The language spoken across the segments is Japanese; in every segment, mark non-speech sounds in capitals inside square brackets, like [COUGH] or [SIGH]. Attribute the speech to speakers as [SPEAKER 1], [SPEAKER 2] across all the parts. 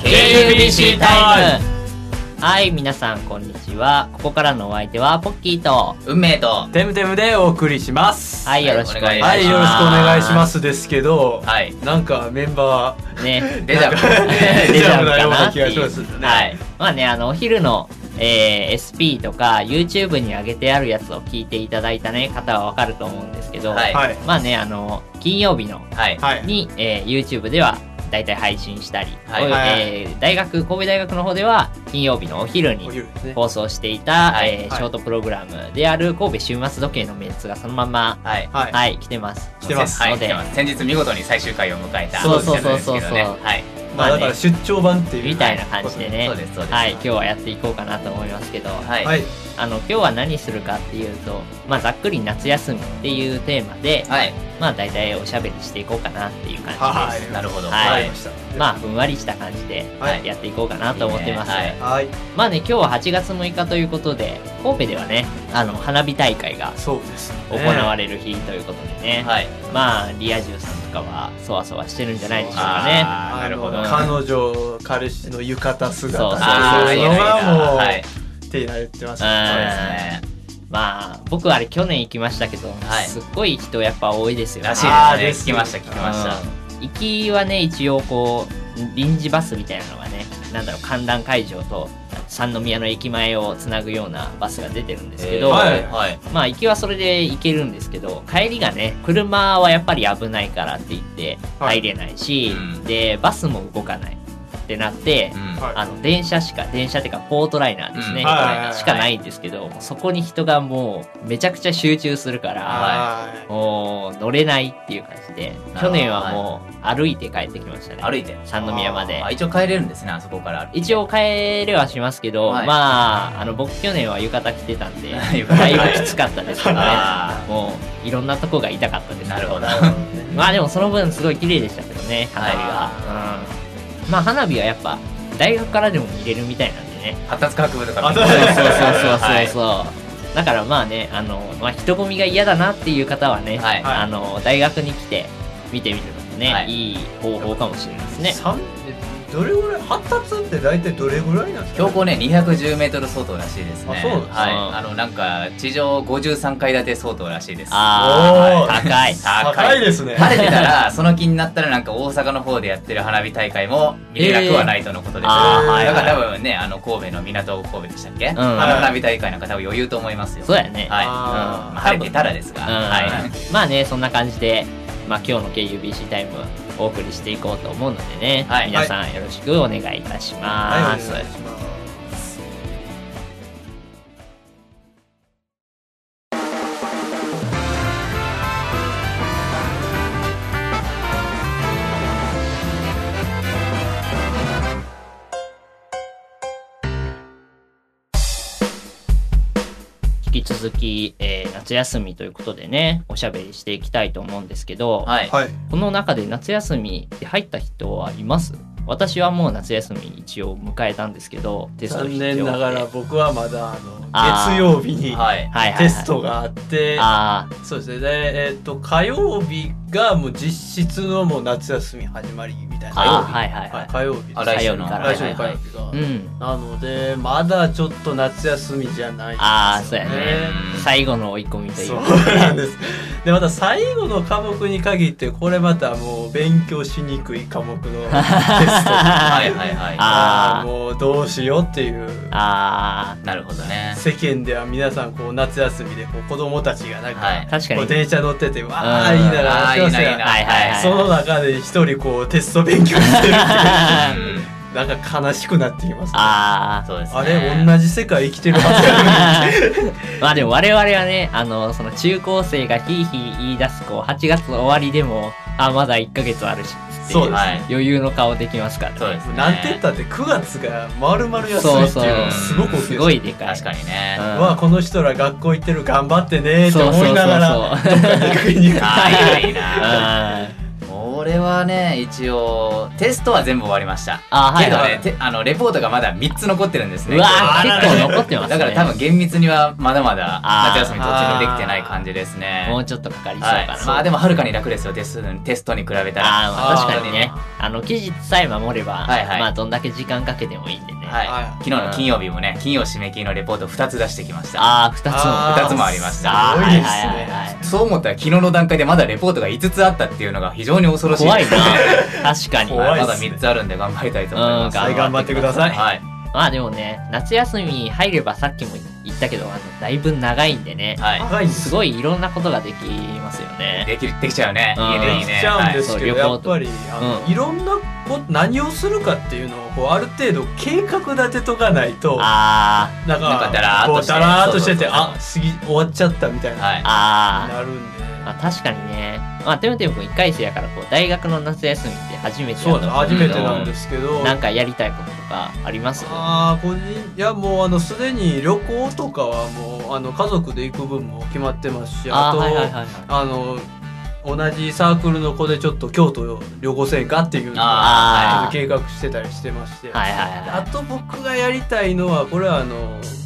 [SPEAKER 1] WBC タイ
[SPEAKER 2] ムはい皆さんこんにちはここからのお相手はポッキーと
[SPEAKER 1] 運命と
[SPEAKER 3] テムテムでお送りします。
[SPEAKER 2] はいよろしくお願いします
[SPEAKER 3] はい、よろしくお願いしますですけど、
[SPEAKER 1] はい
[SPEAKER 3] なんかメンバー、
[SPEAKER 2] す
[SPEAKER 3] [LAUGHS]
[SPEAKER 2] ね
[SPEAKER 1] デジャブ
[SPEAKER 3] なん
[SPEAKER 2] [LAUGHS]
[SPEAKER 3] か
[SPEAKER 2] デ
[SPEAKER 3] デ
[SPEAKER 2] ジ
[SPEAKER 3] ジ
[SPEAKER 2] ャ
[SPEAKER 3] ャ
[SPEAKER 2] ブかな
[SPEAKER 3] ブなような気がしますね。
[SPEAKER 1] はい
[SPEAKER 2] まあねあのお昼のえー SP とか YouTube に上げてあるやつを聞いていただいたね方はわかると思うんですけど、
[SPEAKER 1] はい
[SPEAKER 3] はい。
[SPEAKER 2] まあねあの金曜日の
[SPEAKER 1] はい
[SPEAKER 3] はい。
[SPEAKER 2] に、えー YouTube ではだいたい配信したり、
[SPEAKER 1] はい
[SPEAKER 2] えー大学神戸大学の方では金曜日のお昼に
[SPEAKER 3] お昼です
[SPEAKER 2] [LAUGHS]
[SPEAKER 3] ね。
[SPEAKER 2] 放送していた、
[SPEAKER 1] はい
[SPEAKER 2] えー
[SPEAKER 3] はい
[SPEAKER 2] ショートプログラムである神戸週末時計のメンツがそのまま、
[SPEAKER 1] はい
[SPEAKER 3] は
[SPEAKER 2] はい
[SPEAKER 3] い。
[SPEAKER 2] 来てます。
[SPEAKER 3] 来てます
[SPEAKER 1] はい
[SPEAKER 2] ので
[SPEAKER 1] 来てます先日見事に最終回を迎えた
[SPEAKER 2] そうそうそうそうそう
[SPEAKER 1] お知らせですけどねはい
[SPEAKER 3] まあだから出張版っていう。
[SPEAKER 2] みたいな感じでね、
[SPEAKER 1] そうですそうです
[SPEAKER 2] はい、今日はやっていこうかなと思いますけど、
[SPEAKER 1] はい
[SPEAKER 3] はい。
[SPEAKER 2] あの今日は何するかっていうと、まあ、ざっくり夏休みっていうテーマで、
[SPEAKER 1] はい
[SPEAKER 2] まあ大体おしゃべりしていこうかなっていう感じです。
[SPEAKER 3] はい
[SPEAKER 1] なるほど
[SPEAKER 2] はい
[SPEAKER 3] わかりました。
[SPEAKER 2] まあふんわりした感じで
[SPEAKER 3] はい
[SPEAKER 2] はいやっていこうかなと思ってます。
[SPEAKER 1] いいね
[SPEAKER 3] あ。はい。
[SPEAKER 2] まあね今日は8月6日ということで神戸ではねあの花火大会が
[SPEAKER 3] そうですね。
[SPEAKER 2] 行わ
[SPEAKER 3] れ
[SPEAKER 2] れる日ということでね、
[SPEAKER 1] はい
[SPEAKER 2] まあリア充さんとかはそわそわしてるんじゃないでしょうかね。
[SPEAKER 1] あーなるほど
[SPEAKER 2] あの
[SPEAKER 3] 彼女、彼氏の浴衣姿
[SPEAKER 2] そうそう
[SPEAKER 1] あー
[SPEAKER 3] って
[SPEAKER 1] い
[SPEAKER 3] い
[SPEAKER 1] いう
[SPEAKER 3] の
[SPEAKER 1] ねいいね
[SPEAKER 3] がもう、
[SPEAKER 1] はい
[SPEAKER 3] ってやってます
[SPEAKER 2] うん
[SPEAKER 3] ね。
[SPEAKER 1] そうですね
[SPEAKER 2] まあ僕あれ去年行きましたけど、
[SPEAKER 1] はい
[SPEAKER 2] すっごい人やっぱ多いですよね
[SPEAKER 1] らし
[SPEAKER 3] あー
[SPEAKER 1] いで
[SPEAKER 3] ですす
[SPEAKER 1] ね聞きました聞きました
[SPEAKER 2] うん行きはね一応こう臨時バスみたいなのがねなんだろう観覧会場と三宮の駅前をつなぐようなバスが出てるんですけど、
[SPEAKER 3] えーはい
[SPEAKER 1] はい
[SPEAKER 2] まあ行きはそれで行けるんですけど帰りがね車はやっぱり危ないからって言って
[SPEAKER 3] はい
[SPEAKER 2] 入れないし、
[SPEAKER 1] うん
[SPEAKER 2] でバスも動かないってなって、
[SPEAKER 1] うん
[SPEAKER 3] はい
[SPEAKER 2] あの電車しか電車っていうかポートライナーですね、
[SPEAKER 1] うん
[SPEAKER 3] はいはいはい
[SPEAKER 2] しかないんですけど、そこに人がもうめちゃくちゃ集中するから
[SPEAKER 3] はい。
[SPEAKER 2] もう乗れないっていう感じで
[SPEAKER 1] なるほど
[SPEAKER 2] 去年はもう歩いて帰ってきましたね
[SPEAKER 1] 歩いて
[SPEAKER 2] 三宮まで
[SPEAKER 1] あ一応帰れるんですねあそこから
[SPEAKER 2] 一応帰れはしますけど、
[SPEAKER 1] はい
[SPEAKER 2] まああの僕去年は浴衣着てたんで
[SPEAKER 1] [LAUGHS] 浴衣
[SPEAKER 2] だいぶきつかったですけどね
[SPEAKER 1] あ
[SPEAKER 2] もういろんなとこが痛かったですけ
[SPEAKER 1] なるほど
[SPEAKER 2] まあでもその分すごい綺麗でしたけどね花火が、うん、まあ花火はやっぱ大学からでも見れるみたいなんでね
[SPEAKER 1] 発達科学部とか
[SPEAKER 3] あ
[SPEAKER 1] も
[SPEAKER 3] そう
[SPEAKER 2] そう
[SPEAKER 3] は
[SPEAKER 2] そう
[SPEAKER 3] い
[SPEAKER 2] そう
[SPEAKER 1] は
[SPEAKER 2] そう
[SPEAKER 1] い
[SPEAKER 2] そう、だからまあねあの、まあ、人混みが嫌だなっていう方はね、
[SPEAKER 1] はい
[SPEAKER 2] あの大学に来て見てみるのもね、
[SPEAKER 1] はい
[SPEAKER 2] い、い方法かもしれないですね
[SPEAKER 3] 三えどれぐらい発達って大体どれぐらいなんですか、
[SPEAKER 1] 標高ね210メートル相当らしいですね。
[SPEAKER 3] あそうなんです
[SPEAKER 2] か
[SPEAKER 1] はい。
[SPEAKER 2] うん
[SPEAKER 1] あのなんか地上53階建て相当らしいです。
[SPEAKER 2] あ
[SPEAKER 3] お
[SPEAKER 2] あ
[SPEAKER 3] ー
[SPEAKER 2] 高い
[SPEAKER 3] 高いです
[SPEAKER 1] [LAUGHS]
[SPEAKER 3] ね。
[SPEAKER 1] 晴れてたらその気になったらなんか大阪の方でやってる花火大会も見れなくはないとのことです。
[SPEAKER 2] あーはい
[SPEAKER 1] だから
[SPEAKER 2] はい
[SPEAKER 1] 多分ねあの神戸の港神戸でしたっけ？あの
[SPEAKER 3] はい
[SPEAKER 1] 花火大会なんか多分余裕と思いますよ。
[SPEAKER 2] そうやね
[SPEAKER 1] はい。
[SPEAKER 3] あー
[SPEAKER 1] まあ晴れてたらですが、
[SPEAKER 2] うん
[SPEAKER 1] はい。
[SPEAKER 2] まあねそんな感じで、まあ、今日の KUBC タイムお送りしていこうと思うのでね、
[SPEAKER 1] はい
[SPEAKER 2] 皆さんよろしくお願いいたし
[SPEAKER 3] は
[SPEAKER 2] ま
[SPEAKER 3] い、お
[SPEAKER 2] す、
[SPEAKER 3] 願いします。
[SPEAKER 2] 引き続き、えー夏休みということでねおしゃべりしていきたいと思うんですけど、
[SPEAKER 1] はい。
[SPEAKER 3] はい。
[SPEAKER 2] この中で夏休みって入った人はいます私はもう夏休み一応迎えたんですけどテスト
[SPEAKER 3] 残
[SPEAKER 2] 必要で
[SPEAKER 3] 念ながら僕はまだあの
[SPEAKER 2] あー
[SPEAKER 3] 月曜日に
[SPEAKER 1] はい。
[SPEAKER 2] はいはいはい
[SPEAKER 3] テストがあって、
[SPEAKER 2] あ
[SPEAKER 3] そうですねでえっと火曜日がもう実質のもう夏休み始まりみた
[SPEAKER 2] ー
[SPEAKER 3] いな
[SPEAKER 2] あーはいはい
[SPEAKER 3] は
[SPEAKER 2] はいい
[SPEAKER 3] 火曜日
[SPEAKER 1] あ
[SPEAKER 3] です
[SPEAKER 1] 来週の
[SPEAKER 2] 火曜日から
[SPEAKER 3] 来週
[SPEAKER 1] はい
[SPEAKER 3] の
[SPEAKER 1] は
[SPEAKER 3] 火
[SPEAKER 1] いはい
[SPEAKER 3] 曜日が、
[SPEAKER 2] うん
[SPEAKER 3] なのでまだちょっと夏休みじゃないんですよね
[SPEAKER 2] ああそうやね
[SPEAKER 1] うん
[SPEAKER 2] 最後の追い込みという
[SPEAKER 3] そう
[SPEAKER 2] か
[SPEAKER 3] なんですでまた最後の科目に限ってこれまたもう勉強しにくい科目のテ
[SPEAKER 1] [LAUGHS]
[SPEAKER 3] スト
[SPEAKER 1] はいはいはい。
[SPEAKER 2] あ
[SPEAKER 3] あーもうどうしようっていう
[SPEAKER 2] あ
[SPEAKER 1] なるほどね。
[SPEAKER 3] 世間では皆さんこう夏休みでこう子供たちがなんか、
[SPEAKER 1] は
[SPEAKER 2] [LAUGHS]
[SPEAKER 1] い
[SPEAKER 2] あ確か
[SPEAKER 3] こ
[SPEAKER 2] に
[SPEAKER 3] う電車乗っててわあ
[SPEAKER 2] うん
[SPEAKER 3] いいなら
[SPEAKER 1] あーいいな、いいな。
[SPEAKER 2] はいはいはい
[SPEAKER 3] その中で一人こうテスト勉強してるっていう
[SPEAKER 1] うん
[SPEAKER 3] なんか悲しくなってきます、
[SPEAKER 2] あ
[SPEAKER 1] そうですね。
[SPEAKER 3] あれ同じ世界生きてるはずやのに
[SPEAKER 2] あ [LAUGHS] まあでも我々はねあのその中高生がヒーヒー言い出すこう8月の終わりでもあまだ1ヶ月あるしって
[SPEAKER 3] そう
[SPEAKER 2] いう
[SPEAKER 3] です
[SPEAKER 1] はい。
[SPEAKER 2] 余裕の顔できますからね
[SPEAKER 1] そうですね。
[SPEAKER 3] なんて言ったって9月が丸々休みっていうのはすごく大きいです
[SPEAKER 2] すごいでかい
[SPEAKER 1] 確かにね。
[SPEAKER 2] うん
[SPEAKER 3] わあこの人ら学校行ってる頑張ってねって思いながら
[SPEAKER 2] そうそうそうそう
[SPEAKER 3] ど
[SPEAKER 1] [LAUGHS]
[SPEAKER 3] っか出かけに行く
[SPEAKER 1] ああ、いいな。
[SPEAKER 2] うん
[SPEAKER 1] [LAUGHS] もうこれはね一応テストは全部終わりました
[SPEAKER 2] あは
[SPEAKER 1] け
[SPEAKER 2] い
[SPEAKER 1] ど
[SPEAKER 2] はい
[SPEAKER 1] ねてあのレポートがまだ3つ残ってるんですね
[SPEAKER 2] うわ
[SPEAKER 1] 今日
[SPEAKER 2] ー
[SPEAKER 1] は
[SPEAKER 2] 結構残ってますね
[SPEAKER 1] だから多分厳密にはまだまだ
[SPEAKER 2] あー
[SPEAKER 1] 夏休み突入できてない感じですね
[SPEAKER 2] もうちょっとかかりそう
[SPEAKER 1] は
[SPEAKER 2] か
[SPEAKER 1] い
[SPEAKER 2] な、、
[SPEAKER 1] まあでもはるかに楽ですよテストテストに比べたら
[SPEAKER 2] あーまあ
[SPEAKER 3] あー
[SPEAKER 2] 確かにねあの期日さえ守れば、
[SPEAKER 1] はいはい
[SPEAKER 2] まあどんだけ時間かけてもいいんでね、
[SPEAKER 1] はい、
[SPEAKER 3] はい
[SPEAKER 1] 昨日の金曜日もね金曜締め切りのレポート2つ出してきました
[SPEAKER 2] ああ二つも
[SPEAKER 3] あ
[SPEAKER 1] ー二つもありました
[SPEAKER 2] あー
[SPEAKER 3] すごいですね
[SPEAKER 2] ははいはい
[SPEAKER 1] そう思ったら昨日の段階でまだレポートが5つあったっていうのが非常に恐ろしい
[SPEAKER 2] 怖いな
[SPEAKER 1] [LAUGHS]
[SPEAKER 2] 確かに
[SPEAKER 3] 怖いっ
[SPEAKER 1] ますだ
[SPEAKER 3] ね
[SPEAKER 1] 3つあるんで頑張りたいと思います、
[SPEAKER 2] うん
[SPEAKER 1] は
[SPEAKER 3] はいい頑張ってください
[SPEAKER 2] まあでもね夏休みに入ればさっきも言ったけどあのだいぶ長いんでね
[SPEAKER 1] はい、
[SPEAKER 3] 長いんですす
[SPEAKER 2] ごいいろんなことができますよね
[SPEAKER 1] できるできちゃうね
[SPEAKER 2] うん
[SPEAKER 1] 家でいい
[SPEAKER 3] し
[SPEAKER 1] ね
[SPEAKER 3] ちゃうんですすけど、
[SPEAKER 2] はい
[SPEAKER 3] やっぱりあの、
[SPEAKER 2] う
[SPEAKER 3] いろんなこ何をするかっていうのをこうある程度計画立てとかないと
[SPEAKER 2] あ
[SPEAKER 3] なん
[SPEAKER 1] なんか
[SPEAKER 3] か
[SPEAKER 1] だらーっ
[SPEAKER 3] ことう
[SPEAKER 1] して
[SPEAKER 3] だらーっとしてて
[SPEAKER 1] そうそうそう
[SPEAKER 3] あ過ぎ終わっちゃったみたいな、
[SPEAKER 1] はい、
[SPEAKER 2] ーあー
[SPEAKER 3] なるんで、
[SPEAKER 2] まあ確かにねまあてむてむくん1回生やからこう大学の夏休みって初めて
[SPEAKER 3] そう
[SPEAKER 2] や
[SPEAKER 3] なん
[SPEAKER 2] と思
[SPEAKER 3] です
[SPEAKER 2] う
[SPEAKER 3] 初
[SPEAKER 2] け
[SPEAKER 3] め
[SPEAKER 2] ど
[SPEAKER 3] てなんですけど、
[SPEAKER 2] なんかやりたいこととかあります
[SPEAKER 3] ああ個人いやもうあのすでに旅行とかはもうあの家族で行く分も決まってますしあ
[SPEAKER 2] ー
[SPEAKER 3] と、
[SPEAKER 2] はいはいはいはい
[SPEAKER 3] あの同じサークルの子でちょっと京都旅行せんかっていうのを
[SPEAKER 1] あ
[SPEAKER 2] あー
[SPEAKER 3] 計画してたりしてまして、
[SPEAKER 2] はいはいは
[SPEAKER 3] あと僕がやりたいのはこれはあの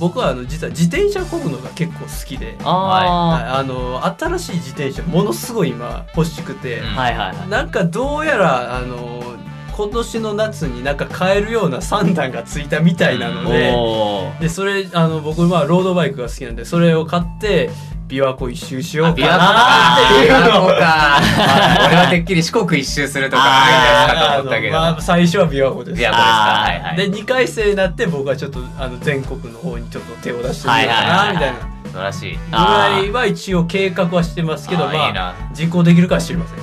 [SPEAKER 3] 僕はあの実は自転車漕ぐのが結構好きで
[SPEAKER 2] いあ
[SPEAKER 3] あの新しい自転車ものすごい今欲しくて、
[SPEAKER 2] ーはいはいはい
[SPEAKER 3] なんかどうやらあの今年の夏になんか買えるような3段がついたみたいなので。
[SPEAKER 2] おー
[SPEAKER 3] [LAUGHS] でそれあの僕はロードバイクが好きなんでそれを買って琵琶湖一周しようか
[SPEAKER 1] 琵琶湖か
[SPEAKER 3] なっていう
[SPEAKER 1] 琵琶
[SPEAKER 3] のを
[SPEAKER 1] 湖か俺はてっきり四国一周するとかあるんじゃないかと思ったけど
[SPEAKER 3] あのまあ、最初は琵琶湖です
[SPEAKER 1] 琵琶湖です
[SPEAKER 2] あ
[SPEAKER 1] か
[SPEAKER 2] ー
[SPEAKER 1] はいはい
[SPEAKER 3] で2回生になって僕はちょっとあの全国の方にちょっと手を出してみようかなみたいな
[SPEAKER 1] 素晴らしい
[SPEAKER 3] ぐらいは一応計画はしてますけど
[SPEAKER 1] あー
[SPEAKER 3] ま
[SPEAKER 1] いい
[SPEAKER 3] あ
[SPEAKER 1] な
[SPEAKER 3] 実行できるかは知りません
[SPEAKER 1] [LAUGHS]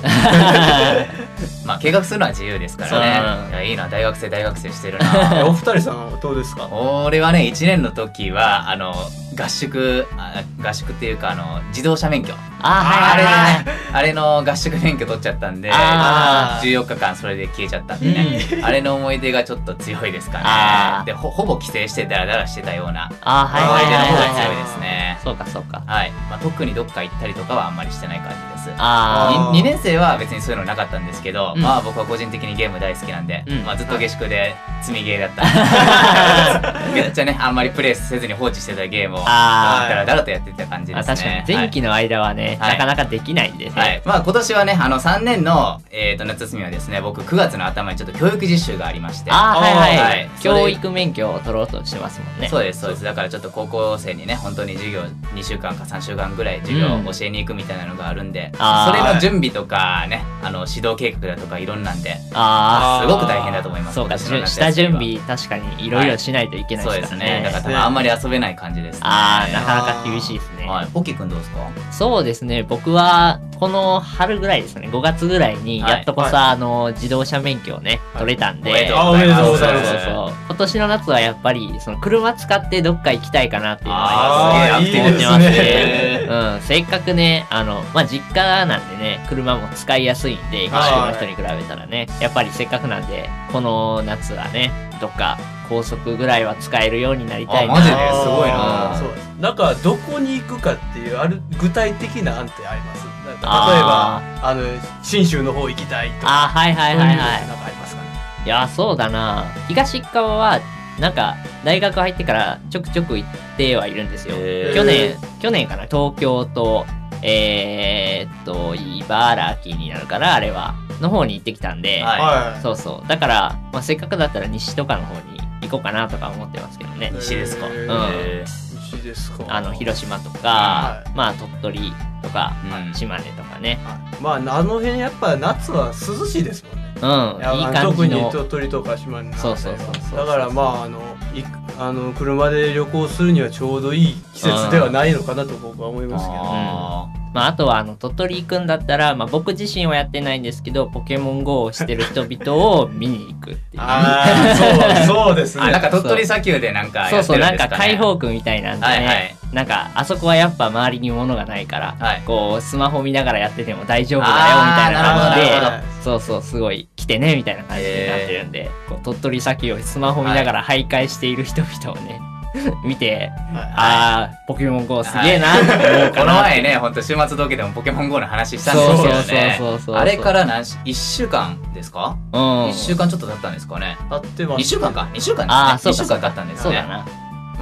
[SPEAKER 1] まあ計画するのは自由ですから
[SPEAKER 2] そう
[SPEAKER 1] ねいやいいな大学生大学生してる
[SPEAKER 3] [LAUGHS] お
[SPEAKER 1] な
[SPEAKER 3] 二人さんはどうですか
[SPEAKER 1] 俺はね1年の時はあの合宿あ合宿っていうかあの自動車免許あ
[SPEAKER 2] あーは
[SPEAKER 1] れ
[SPEAKER 2] い
[SPEAKER 1] で
[SPEAKER 2] はいはい
[SPEAKER 1] ねあれの合宿免許取っちゃったんで
[SPEAKER 2] あ
[SPEAKER 3] ー
[SPEAKER 1] 14日間それで消えちゃったんでね、あれの思い出がちょっと強いですか
[SPEAKER 2] あ
[SPEAKER 1] ね
[SPEAKER 2] ー
[SPEAKER 1] でほほぼ帰省してダラダラしてたような
[SPEAKER 2] あー
[SPEAKER 1] 思
[SPEAKER 2] はいい
[SPEAKER 1] 出
[SPEAKER 2] はい
[SPEAKER 1] の方
[SPEAKER 2] はいはい
[SPEAKER 1] が強
[SPEAKER 2] はい
[SPEAKER 1] いですね
[SPEAKER 2] そうかそうか
[SPEAKER 1] はい、まあ、特にどっか行ったりとかはあんまりしてない感じです
[SPEAKER 2] あ
[SPEAKER 3] あー
[SPEAKER 1] に 2, 年生は別にそういうのなかったんですけど、
[SPEAKER 2] うん
[SPEAKER 1] まあ僕は個人的にゲーム大好きなんで、
[SPEAKER 2] うん
[SPEAKER 1] まあ、ずっと下宿で積みゲーだったん
[SPEAKER 2] [LAUGHS]
[SPEAKER 1] でめっちゃねあんまりプレイせずに放置してたゲームを
[SPEAKER 2] ー
[SPEAKER 1] だ
[SPEAKER 2] あー
[SPEAKER 1] らだらとやってた感じで
[SPEAKER 2] あ
[SPEAKER 1] すね
[SPEAKER 2] 確かに前期の間はね、
[SPEAKER 1] はい
[SPEAKER 2] なかなかできないんでね、
[SPEAKER 1] はい、まあ今年はねあの3年の、えー、と夏休みはですね僕9月の頭にちょっと教育実習がありまして
[SPEAKER 2] あーはいはい、
[SPEAKER 1] はい
[SPEAKER 2] 教育免許を取ろうとしてますもんね
[SPEAKER 1] そうですそうですだからちょっと高校生にね本当に授業2週間か3週間ぐらい授業を教えに行くみたいなのがあるんで、
[SPEAKER 2] あ
[SPEAKER 1] そ
[SPEAKER 2] ー
[SPEAKER 1] れの準備とかねあの指導計画だとかいろんなんで
[SPEAKER 2] あ
[SPEAKER 3] あー
[SPEAKER 1] すごく大変だと思いま
[SPEAKER 2] あ
[SPEAKER 1] す
[SPEAKER 2] そうか
[SPEAKER 1] 今年の
[SPEAKER 2] じゅ下
[SPEAKER 1] 夏休み
[SPEAKER 2] 準
[SPEAKER 1] は
[SPEAKER 2] 備確かにいろいろしないといけない
[SPEAKER 1] そう
[SPEAKER 2] で
[SPEAKER 1] です
[SPEAKER 2] か
[SPEAKER 1] す
[SPEAKER 2] ら
[SPEAKER 1] ね
[SPEAKER 2] ね、
[SPEAKER 1] だから多分あんまり遊べない感じですね
[SPEAKER 2] ああなかなか厳しいですね、
[SPEAKER 1] はい、ポッキーくんどうですか
[SPEAKER 2] そうですね僕はこの春ぐらいですかね5月ぐらいに
[SPEAKER 1] はい
[SPEAKER 2] やっとこさ、あの自動車免許をね、
[SPEAKER 3] はい
[SPEAKER 2] 取れたんで
[SPEAKER 3] あおめでとうございます
[SPEAKER 2] そうそうそう今年の夏はやっぱりその車使ってどっか行きたいかなっていうのは今すげえ
[SPEAKER 3] あー
[SPEAKER 2] ア
[SPEAKER 3] いい
[SPEAKER 2] ク
[SPEAKER 3] で
[SPEAKER 2] ティブに
[SPEAKER 3] すね
[SPEAKER 2] 思ってますねうん、せっかくねあの、まあ、実家なんでね車も使いやすいんで
[SPEAKER 3] はい
[SPEAKER 2] 合宿の人に比べたらねやっぱりせっかくなんでこの夏はねどっか高速ぐらいは使えるようになりたい
[SPEAKER 1] あマジで
[SPEAKER 2] な
[SPEAKER 1] あーすごいな
[SPEAKER 3] そうですなんかどこに行くかっていうある具体的な案ってありますなん
[SPEAKER 2] あ
[SPEAKER 3] か例えばあの信州の方行きたいとか
[SPEAKER 2] あーはいはい
[SPEAKER 3] そう
[SPEAKER 2] はい
[SPEAKER 3] いうの
[SPEAKER 2] は
[SPEAKER 3] っ
[SPEAKER 2] い
[SPEAKER 3] てなんかありますかね
[SPEAKER 2] いやそうだな東側はなんか大学入ってからちょくちょく行ってはいるんですよ、
[SPEAKER 1] へ
[SPEAKER 3] ー
[SPEAKER 2] 去年去年かな東京とえー、っと茨城になるからあれはの方に行ってきたんで、
[SPEAKER 1] はい
[SPEAKER 3] は
[SPEAKER 2] そうそうだから、まあ、せっかくだったら西とかの方に行こうかなとか思ってますけどね
[SPEAKER 3] えー
[SPEAKER 1] 西ですか、
[SPEAKER 3] うん
[SPEAKER 1] え
[SPEAKER 3] 西ですか
[SPEAKER 2] あの広島とか、
[SPEAKER 3] は
[SPEAKER 2] まあ鳥取とか、
[SPEAKER 1] うん
[SPEAKER 2] 島根とかね
[SPEAKER 3] はいまああの辺やっぱ夏は涼しいですもんね
[SPEAKER 2] うんいい
[SPEAKER 3] や
[SPEAKER 2] 感
[SPEAKER 3] 特
[SPEAKER 2] じ
[SPEAKER 3] に
[SPEAKER 2] の
[SPEAKER 3] 鳥取とか島根なんで
[SPEAKER 2] そうそうそうそう
[SPEAKER 3] だからまああのいあの車で旅行するにはちょうどいい季節ではないのかなと僕は思い
[SPEAKER 1] ー
[SPEAKER 3] ますけど
[SPEAKER 1] あ
[SPEAKER 2] まあ、あとはあの鳥取行くんだったら、まあ、僕自身はやってないんですけどポケモン GO をしてる人々を見に行く
[SPEAKER 1] [LAUGHS]
[SPEAKER 2] っていう。
[SPEAKER 3] ああそうそうです
[SPEAKER 1] ーあ
[SPEAKER 3] ね
[SPEAKER 1] なんか鳥取砂丘でなんか
[SPEAKER 2] そ
[SPEAKER 1] や
[SPEAKER 2] う
[SPEAKER 1] って
[SPEAKER 2] そう
[SPEAKER 1] るん
[SPEAKER 2] なん
[SPEAKER 1] ですか、ね、
[SPEAKER 2] か解放区みたいなんでね、
[SPEAKER 1] はいはい
[SPEAKER 2] なんかあそこはやっぱ周りに物がないから、
[SPEAKER 1] はい
[SPEAKER 2] こうスマホ見ながらやってても大丈夫だよみ
[SPEAKER 1] あー
[SPEAKER 2] たいな感じ
[SPEAKER 1] なるほど
[SPEAKER 2] で
[SPEAKER 1] なる
[SPEAKER 2] そうそうすごい来てねみ
[SPEAKER 1] [LAUGHS]
[SPEAKER 2] たいな感じになってるんで、こう鳥取砂丘をスマホ見ながら徘徊している人々をね、見て、
[SPEAKER 3] は
[SPEAKER 2] ああ、ポケモン GO すげえな、
[SPEAKER 1] は
[SPEAKER 2] もう
[SPEAKER 1] この前ね、本当週末時でもポケモン GO の話したんですけど
[SPEAKER 2] そうそ
[SPEAKER 1] ね。
[SPEAKER 2] うそうそうそう
[SPEAKER 1] あれから何し、1週間ですか
[SPEAKER 2] うん。
[SPEAKER 1] ?1 週間ちょっと経ったんですかね。
[SPEAKER 3] い。立ってま
[SPEAKER 1] 2
[SPEAKER 3] す。
[SPEAKER 1] 週間か。2週間
[SPEAKER 2] ああ、
[SPEAKER 1] です
[SPEAKER 2] そ
[SPEAKER 1] ね。
[SPEAKER 2] うか
[SPEAKER 1] 2週間経ったんです
[SPEAKER 2] そうだ
[SPEAKER 1] ね。
[SPEAKER 2] な。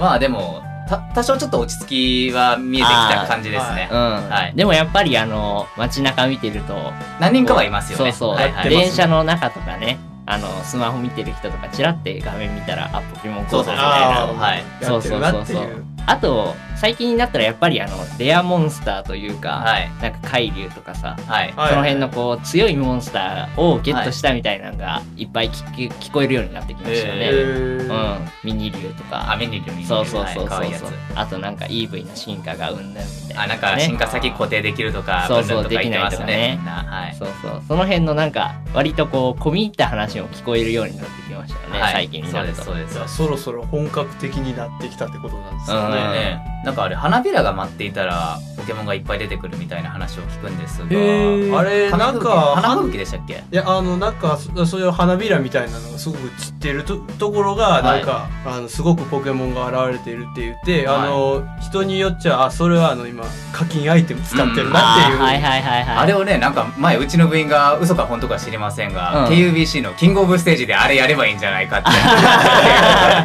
[SPEAKER 1] まあでも、た多少ちょっと落ち着きは見えてきた感じですね
[SPEAKER 2] う。ん、
[SPEAKER 1] はい
[SPEAKER 2] でもやっぱりあの街中見てると
[SPEAKER 1] 何人かはいますよね。
[SPEAKER 2] そうそう、
[SPEAKER 1] はいはい
[SPEAKER 3] やってますね
[SPEAKER 2] 電車の中とかねあのスマホ見てる人とかチラって画面見たらあポケモン GO
[SPEAKER 1] そう
[SPEAKER 2] だ
[SPEAKER 1] そうそう
[SPEAKER 2] みたい
[SPEAKER 3] あ
[SPEAKER 2] な
[SPEAKER 3] ー
[SPEAKER 1] はい
[SPEAKER 3] やってるなってい
[SPEAKER 2] そうそうそう
[SPEAKER 3] う。
[SPEAKER 2] あと最近になったらやっぱりあのレアモンスターというか、
[SPEAKER 1] はい。
[SPEAKER 2] なんか海流とかさ
[SPEAKER 1] はい。
[SPEAKER 3] はい
[SPEAKER 2] その辺のこう強いモンスターをゲットしたみたいなのがいっぱい聞き聞こえるようになってきましたよね、
[SPEAKER 1] へ
[SPEAKER 3] えー
[SPEAKER 2] うん、ミニ竜とか
[SPEAKER 1] あ、メニューに
[SPEAKER 2] そうそうそうそ
[SPEAKER 1] かわ
[SPEAKER 2] う
[SPEAKER 1] いいやつ
[SPEAKER 2] そう。あとなんか EV の進化がうんぬんみたいな、
[SPEAKER 1] あ、なんか進化先固定できるとか、
[SPEAKER 2] そうそう
[SPEAKER 1] ブルーとか言ってます
[SPEAKER 2] できない
[SPEAKER 1] ね。
[SPEAKER 2] と
[SPEAKER 1] みんなはい。
[SPEAKER 2] そうそうその辺のなんか割とこう込み入った話も聞こえるようになってきましたよね、
[SPEAKER 1] はい
[SPEAKER 2] 最近になると
[SPEAKER 1] そうです、
[SPEAKER 3] じ
[SPEAKER 1] そう
[SPEAKER 3] ゃあ
[SPEAKER 1] です。
[SPEAKER 3] そろそろ本格的になってきたってことなんですよ
[SPEAKER 2] うん
[SPEAKER 3] ね。
[SPEAKER 1] ね、なんかあれ花びらが舞っていたらポケモンがいっぱい出てくるみたいな話を聞くんですが
[SPEAKER 3] へーあれなん
[SPEAKER 1] 花吹雪
[SPEAKER 3] か
[SPEAKER 1] 花吹雪でしたっけ
[SPEAKER 3] いやあのなんかそそういう花びらみたいなのがすごく散ってるとところが
[SPEAKER 1] は
[SPEAKER 3] ないんか、あのすごくポケモンが現れているって言って、
[SPEAKER 1] はい
[SPEAKER 3] あの人によっちゃあそれはあの今課金アイテム使ってるなっていう、
[SPEAKER 2] あーはいはいはいはい
[SPEAKER 1] あれをねなんか前うちの部員が嘘か本当か知りませんが、
[SPEAKER 2] うん
[SPEAKER 1] KUBC のキングオブステージであれやればいいんじゃないかって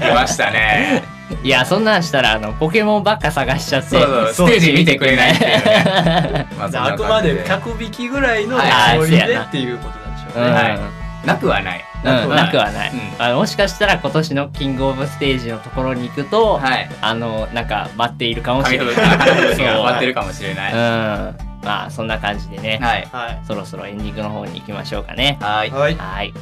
[SPEAKER 1] 言ってましたね
[SPEAKER 2] いやそんなんしたらあのポケモンばっか探しちゃって
[SPEAKER 1] そうそうステージ見てくれないっていうね、まあそん
[SPEAKER 3] あ
[SPEAKER 1] な感じ
[SPEAKER 3] くまで客引きぐらいの
[SPEAKER 1] はい
[SPEAKER 3] つもり
[SPEAKER 2] はい
[SPEAKER 3] でっていうことなんでしょ
[SPEAKER 2] う、
[SPEAKER 3] うんね。
[SPEAKER 1] はいなくはない
[SPEAKER 2] うんなくはない、
[SPEAKER 1] うん
[SPEAKER 2] あのもしかしたら今年のキングオブステージのところに行くと、
[SPEAKER 1] はい
[SPEAKER 2] あのなんか待っているかもし
[SPEAKER 1] 紙
[SPEAKER 2] れな
[SPEAKER 1] 吹
[SPEAKER 2] い
[SPEAKER 1] 雪が花吹雪
[SPEAKER 2] そう
[SPEAKER 1] が終わってるかもしれない、
[SPEAKER 2] うんまあそんな感じでね、
[SPEAKER 1] はい
[SPEAKER 3] は
[SPEAKER 2] そろそろエンディングの方に行きましょうかね
[SPEAKER 1] はい
[SPEAKER 3] い、はい、
[SPEAKER 2] はい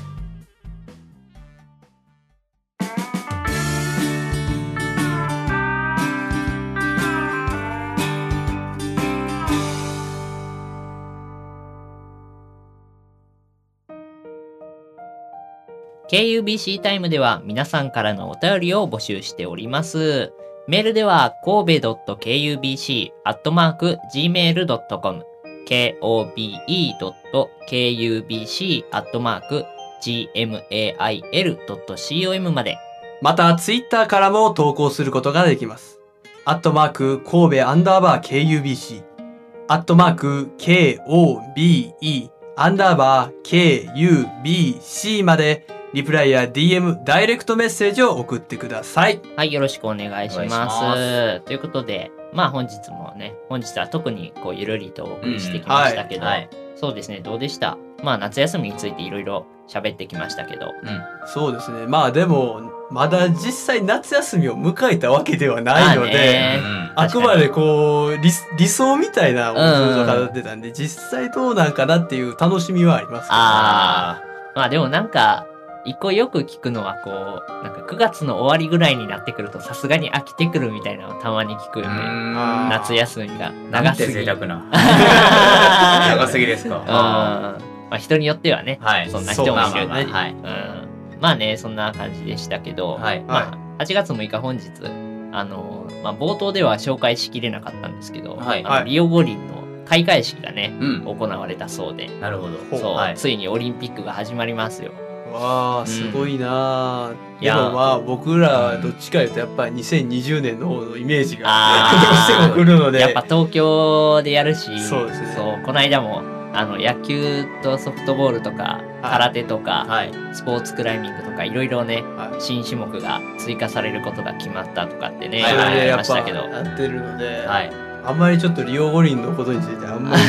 [SPEAKER 2] 「KUBC タイム」では皆さんからのお便りを募集しております。メールでは神戸 .kubc.gmail.com kobe.kubc.gmail.com まで。
[SPEAKER 3] またツイッターからも投稿することができます。アットマーク神戸アンダーバー KUBC アットマーク KOBE アンダーバー KUBC までリプライや DM ダイレクトメッセージを送ってください。
[SPEAKER 2] はい、よろしくお願いし
[SPEAKER 1] お願いし
[SPEAKER 2] ます。
[SPEAKER 1] ま
[SPEAKER 2] ということで、まあ本日もね、本日は特にこうゆるりとお送りしてきましたけど、
[SPEAKER 1] うんはい
[SPEAKER 2] そうですね、どうでしたまあ夏休みについていろいろ喋ってきましたけど、
[SPEAKER 1] うん
[SPEAKER 3] そうですね。まあでも、まだ実際夏休みを迎えたわけではないの
[SPEAKER 2] まあね
[SPEAKER 3] で、
[SPEAKER 1] うん
[SPEAKER 3] あくまでこう理、理想みたいなものを語ってたんで、実際どうなんかなっていう楽しみはありますけどね
[SPEAKER 2] あまあでもなんか、一個よく聞くのはこう、なんか9月の終わりぐらいになってくるとさすがに飽きてくるみたいなのをたまに聞くよね。
[SPEAKER 1] うん
[SPEAKER 2] 夏休みが長
[SPEAKER 1] なん
[SPEAKER 2] す
[SPEAKER 1] て
[SPEAKER 2] ぎる。
[SPEAKER 1] 贅
[SPEAKER 2] [LAUGHS]
[SPEAKER 1] 沢な
[SPEAKER 2] 長
[SPEAKER 1] 長すぎです
[SPEAKER 2] うん
[SPEAKER 1] か
[SPEAKER 2] まあ人によってはね、
[SPEAKER 1] はい
[SPEAKER 2] そんな人もいる
[SPEAKER 1] そうですねはい
[SPEAKER 2] うんまあねそんな感じでしたけど、
[SPEAKER 1] はい
[SPEAKER 2] まあ、8月6日本日あの、まあ、冒頭では紹介しきれなかったんですけど、
[SPEAKER 1] はい
[SPEAKER 2] あの
[SPEAKER 3] はい
[SPEAKER 2] リオ五輪の開会式がね
[SPEAKER 1] うん
[SPEAKER 2] 行われたそうで、
[SPEAKER 1] なるほど
[SPEAKER 3] ほう
[SPEAKER 2] そう
[SPEAKER 1] はい
[SPEAKER 2] ついにオリンピックが始まりますよ。
[SPEAKER 3] わあすごいなあ、
[SPEAKER 2] い
[SPEAKER 3] で
[SPEAKER 2] や
[SPEAKER 3] もまあ僕らはどっちかいうとやっぱり2020年の方のイメージがどう
[SPEAKER 2] あー
[SPEAKER 3] しても来るので
[SPEAKER 2] やっぱ東京でやるし
[SPEAKER 3] そうですね
[SPEAKER 2] そうこの間もあの野球とソフトボールとか
[SPEAKER 3] はい
[SPEAKER 2] 空手とか、
[SPEAKER 1] はい
[SPEAKER 2] スポーツクライミングとかいろいろね、
[SPEAKER 3] は
[SPEAKER 2] 新種目が追加されることが決まったとかってね、
[SPEAKER 1] はい
[SPEAKER 3] そ
[SPEAKER 1] はい
[SPEAKER 3] れで
[SPEAKER 2] あり
[SPEAKER 3] や
[SPEAKER 2] ま
[SPEAKER 3] っ
[SPEAKER 2] し
[SPEAKER 3] ぱ
[SPEAKER 2] たけど。
[SPEAKER 3] やってるので、
[SPEAKER 1] はい
[SPEAKER 3] あんまりちょっとリオ五輪のことについてあん
[SPEAKER 2] [LAUGHS]
[SPEAKER 3] まり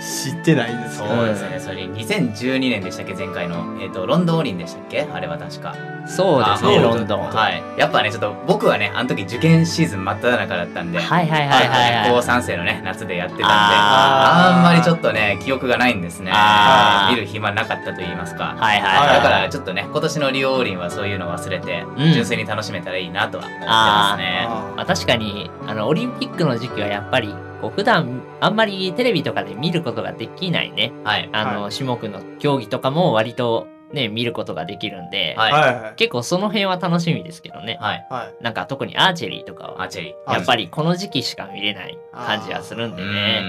[SPEAKER 3] 知ってないんですけど
[SPEAKER 1] そうですねそれに2012年でしたっけ前回のえっとロンドン五輪でしたっけあれは確か
[SPEAKER 2] そうですね、
[SPEAKER 1] あ
[SPEAKER 2] ロンドン。は
[SPEAKER 1] はいやっぱねちょっと僕はねあの時受験シーズン真っ只中だったん
[SPEAKER 2] い
[SPEAKER 1] で
[SPEAKER 2] はいはい
[SPEAKER 1] い
[SPEAKER 2] はい
[SPEAKER 1] 高
[SPEAKER 2] はい。
[SPEAKER 1] 3生のね夏でやってたんで
[SPEAKER 2] あ
[SPEAKER 3] ー
[SPEAKER 1] あんまりちょっとね記憶がないんですね
[SPEAKER 2] あー
[SPEAKER 1] 見る暇なかったと言いますか
[SPEAKER 2] はいはいはい。
[SPEAKER 1] だからちょっとね今年のリオ五輪はそういうの忘れて
[SPEAKER 2] うん
[SPEAKER 1] 純粋に楽しめたらいいなとは思ってますね
[SPEAKER 3] あ
[SPEAKER 2] まあ、確かに、あの、オリンピックの時期はやっぱり、こう、普段、あんまりテレビとかで見ることができないね、
[SPEAKER 1] はい
[SPEAKER 2] あの、種目の競技とかも割とね、見ることができるんで、
[SPEAKER 1] は
[SPEAKER 3] ー
[SPEAKER 1] い
[SPEAKER 3] はいはい
[SPEAKER 2] 結構その辺は楽しみですけどね。
[SPEAKER 1] はい
[SPEAKER 3] はい
[SPEAKER 2] なんか特にアーチェリーとかは
[SPEAKER 1] アーチェリー
[SPEAKER 3] はい
[SPEAKER 2] やっぱりこの時期しか見れない感じはするんで
[SPEAKER 1] う
[SPEAKER 2] ね。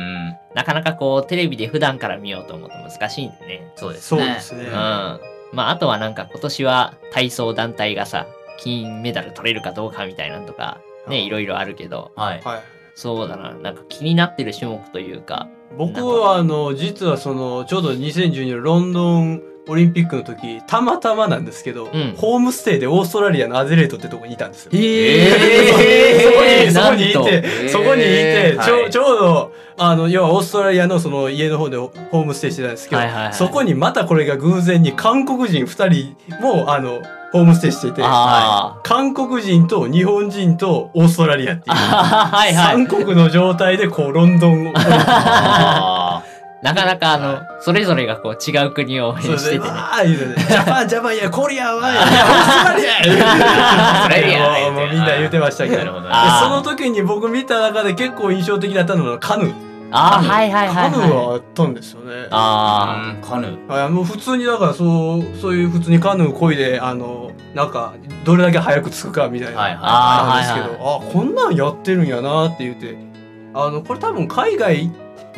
[SPEAKER 1] ん
[SPEAKER 2] なかなかこう、テレビで普段から見ようと思うと難しいんでね。
[SPEAKER 1] そうです
[SPEAKER 3] そう
[SPEAKER 1] ね。
[SPEAKER 3] ですね
[SPEAKER 2] うん。まあ、あとはなんか今年は体操団体がさ、金メダル取れるかどうかみたいなのとか、
[SPEAKER 3] う
[SPEAKER 2] ね、
[SPEAKER 3] ん
[SPEAKER 2] いろいろあるけど、
[SPEAKER 1] はい。
[SPEAKER 3] はい。
[SPEAKER 2] そうだな、なんか気になってる種目というか、
[SPEAKER 3] 僕はあの実はそのちょうど2012年ロンドンオリンピックの時たまたまなんですけど、
[SPEAKER 2] ん
[SPEAKER 3] ホームステイでオーストラリアのアデレートってとこにいたんですよ。
[SPEAKER 1] え
[SPEAKER 3] [LAUGHS] そこにそこにい
[SPEAKER 1] なん
[SPEAKER 3] て、
[SPEAKER 1] と
[SPEAKER 3] そこにい
[SPEAKER 1] え
[SPEAKER 3] て、
[SPEAKER 1] ー
[SPEAKER 3] ち
[SPEAKER 1] は
[SPEAKER 3] ょ
[SPEAKER 1] い
[SPEAKER 3] ちょうどあの要はオーストラリアのその家の方でホームステイしてたんですけど、
[SPEAKER 2] はいはいはい
[SPEAKER 3] そこにまたこれが偶然に韓国人2人もあのホームステイしていて、
[SPEAKER 2] あ
[SPEAKER 3] 韓国人と日本人とオーストラリアっていう
[SPEAKER 2] あ、 [LAUGHS] はいはい。
[SPEAKER 3] 三国の状態でこうロンドンを
[SPEAKER 1] あ
[SPEAKER 2] なかなかあの、それぞれがこう違う国を応援
[SPEAKER 3] そうで
[SPEAKER 2] し
[SPEAKER 3] す
[SPEAKER 2] てて
[SPEAKER 3] ね。
[SPEAKER 2] ね。
[SPEAKER 3] わー言うてねジャ
[SPEAKER 2] [LAUGHS]
[SPEAKER 3] パン、ジャパン、いや、コリアは、いやオーストラリア
[SPEAKER 1] それや
[SPEAKER 3] もうもうみんな言うてましたけど。
[SPEAKER 1] なる
[SPEAKER 3] で
[SPEAKER 1] ほどね。
[SPEAKER 2] あー
[SPEAKER 3] その時に僕見た中で結構印象的だったのがカヌー。
[SPEAKER 2] ああ、はいはいは
[SPEAKER 3] カ
[SPEAKER 2] い、
[SPEAKER 3] ヌー
[SPEAKER 2] はい。
[SPEAKER 3] は飛んですよね。
[SPEAKER 2] あ
[SPEAKER 1] うんカヌー。
[SPEAKER 3] はい、もう普通にだからそうそういう普通にカヌーこいであのなんかどれだけ早く着くかみたいな
[SPEAKER 1] はいはい
[SPEAKER 3] あるんです
[SPEAKER 2] あ
[SPEAKER 3] けどあ,、こんなんやってるんやなって言ってあのこれ多分海外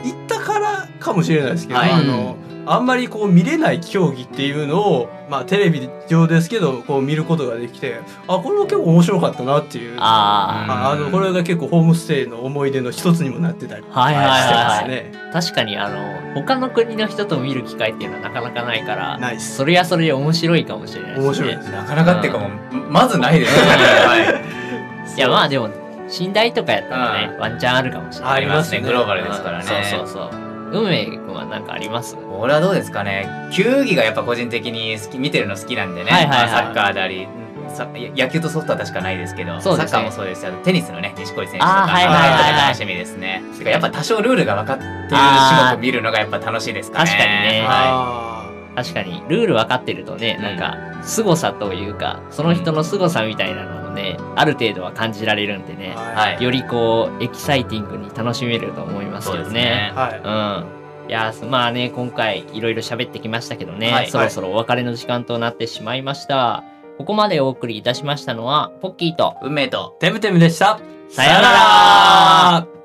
[SPEAKER 3] 行ったからかもしれないですけど、
[SPEAKER 1] はい
[SPEAKER 3] あのあんまりこう見れない競技っていうのを、まあ、テレビ上ですけどこう見ることができてあこれも結構面白かったなっていう
[SPEAKER 2] あ、あ
[SPEAKER 3] ああのこれが結構ホームステイの思い出の一つにもなってたりして
[SPEAKER 2] あ、はいはい
[SPEAKER 3] ます
[SPEAKER 2] はい、はい。
[SPEAKER 3] ね。
[SPEAKER 2] 確かにあの、他の国の人と見る機会っていうのはなかなかないから、
[SPEAKER 3] ナイス
[SPEAKER 2] それはそれで面白いかもしれないですね。
[SPEAKER 3] 面白いです
[SPEAKER 1] なかなかっていうかもう、まずないですよね。はい [LAUGHS]
[SPEAKER 2] いやまあでも、寝台とかやったらね、ワンチャンあるかもしれない。
[SPEAKER 1] あります
[SPEAKER 3] ありますね
[SPEAKER 1] ね。グローバルですから
[SPEAKER 2] うんそう
[SPEAKER 1] ね。
[SPEAKER 2] そうそう。運命君は何かあります
[SPEAKER 1] 俺はどうですかね。球技がやっぱ個人的に好き見てるの好きなんでね。
[SPEAKER 2] はいはいはい
[SPEAKER 1] まあサッカーであり、さ野球とソフトは確かないですけど、
[SPEAKER 2] そうです
[SPEAKER 1] サ
[SPEAKER 2] ね
[SPEAKER 1] ッカーもそうですし、あとテニスのね、錦織選手とか、
[SPEAKER 2] あーはい
[SPEAKER 3] はいはいはい
[SPEAKER 1] あの楽しみですね。てかやっぱ多少ルールが分かってる種目見るのがやっぱ楽しいですかね。
[SPEAKER 2] 確かにね
[SPEAKER 1] はい
[SPEAKER 3] あー
[SPEAKER 2] 確かに、ルール分かってるとね、なんか、凄さというか、その人の凄さみたいなのもね、ある程度は感じられるんでね、
[SPEAKER 1] はい
[SPEAKER 2] よりこう、エキサイティングに楽しめると思います
[SPEAKER 1] そう
[SPEAKER 2] け
[SPEAKER 1] で
[SPEAKER 2] ど
[SPEAKER 1] す
[SPEAKER 2] ね。
[SPEAKER 1] ね。
[SPEAKER 3] はい。
[SPEAKER 2] うん。いやーまあね、今回いろいろ喋ってきましたけどね、
[SPEAKER 1] はい
[SPEAKER 2] そろそろお別れの時間となってしまいました。ここまでお送りいたしましたのは、ポッキーと、
[SPEAKER 1] 運命と
[SPEAKER 3] テムテムでした。
[SPEAKER 2] さような
[SPEAKER 1] さような
[SPEAKER 2] ら
[SPEAKER 1] ら